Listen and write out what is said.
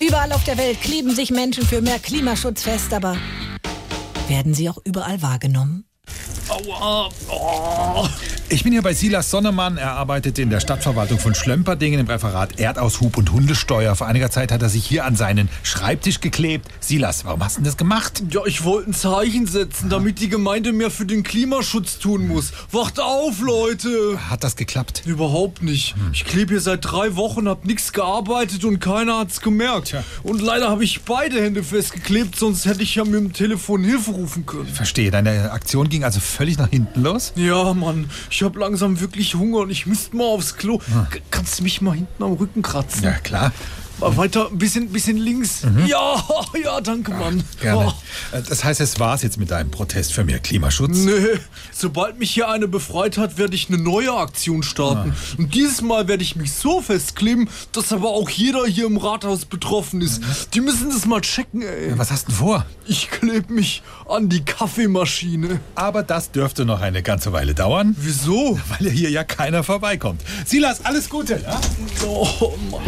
Überall auf der Welt kleben sich Menschen für mehr Klimaschutz fest, aber werden sie auch überall wahrgenommen? Aua. Oh. Ich bin hier bei Silas Sonnemann. Er arbeitet in der Stadtverwaltung von Schlömperdingen im Referat Erdaushub und Hundesteuer. Vor einiger Zeit hat er sich hier an seinen Schreibtisch geklebt. Silas, warum hast du denn das gemacht? Ja, ich wollte ein Zeichen setzen, damit die Gemeinde mehr für den Klimaschutz tun muss. Wacht auf, Leute! Hat das geklappt? Überhaupt nicht. Ich klebe hier seit drei Wochen, hab nichts gearbeitet und keiner hat's gemerkt. Tja. Und leider habe ich beide Hände festgeklebt, sonst hätte ich ja mit dem Telefon Hilfe rufen können. Verstehe, deine Aktion ging also völlig nach hinten los. Ja, Mann, ich hab langsam wirklich Hunger und ich müsste mal aufs Klo. K- Kannst du mich mal hinten am Rücken kratzen? Ah. Ja, klar. Mal weiter, ein bisschen, bisschen links. Ja, ja, danke, Mann. Gerne. Oh, Äh, Das heißt, es war's jetzt mit deinem Protest für mehr Klimaschutz. nee, sobald mich hier eine befreit hat, werde ich eine neue Aktion starten. Und dieses Mal werde ich mich so festkleben, dass aber auch jeder hier im Rathaus betroffen ist. Die müssen das mal checken, ey. Was hast du denn vor? Ich klebe mich an die Kaffeemaschine. Aber das dürfte noch eine ganze Weile dauern, Wieso? weil hier ja keiner vorbeikommt. Silas, alles Gute. Ja? Oh, Mann.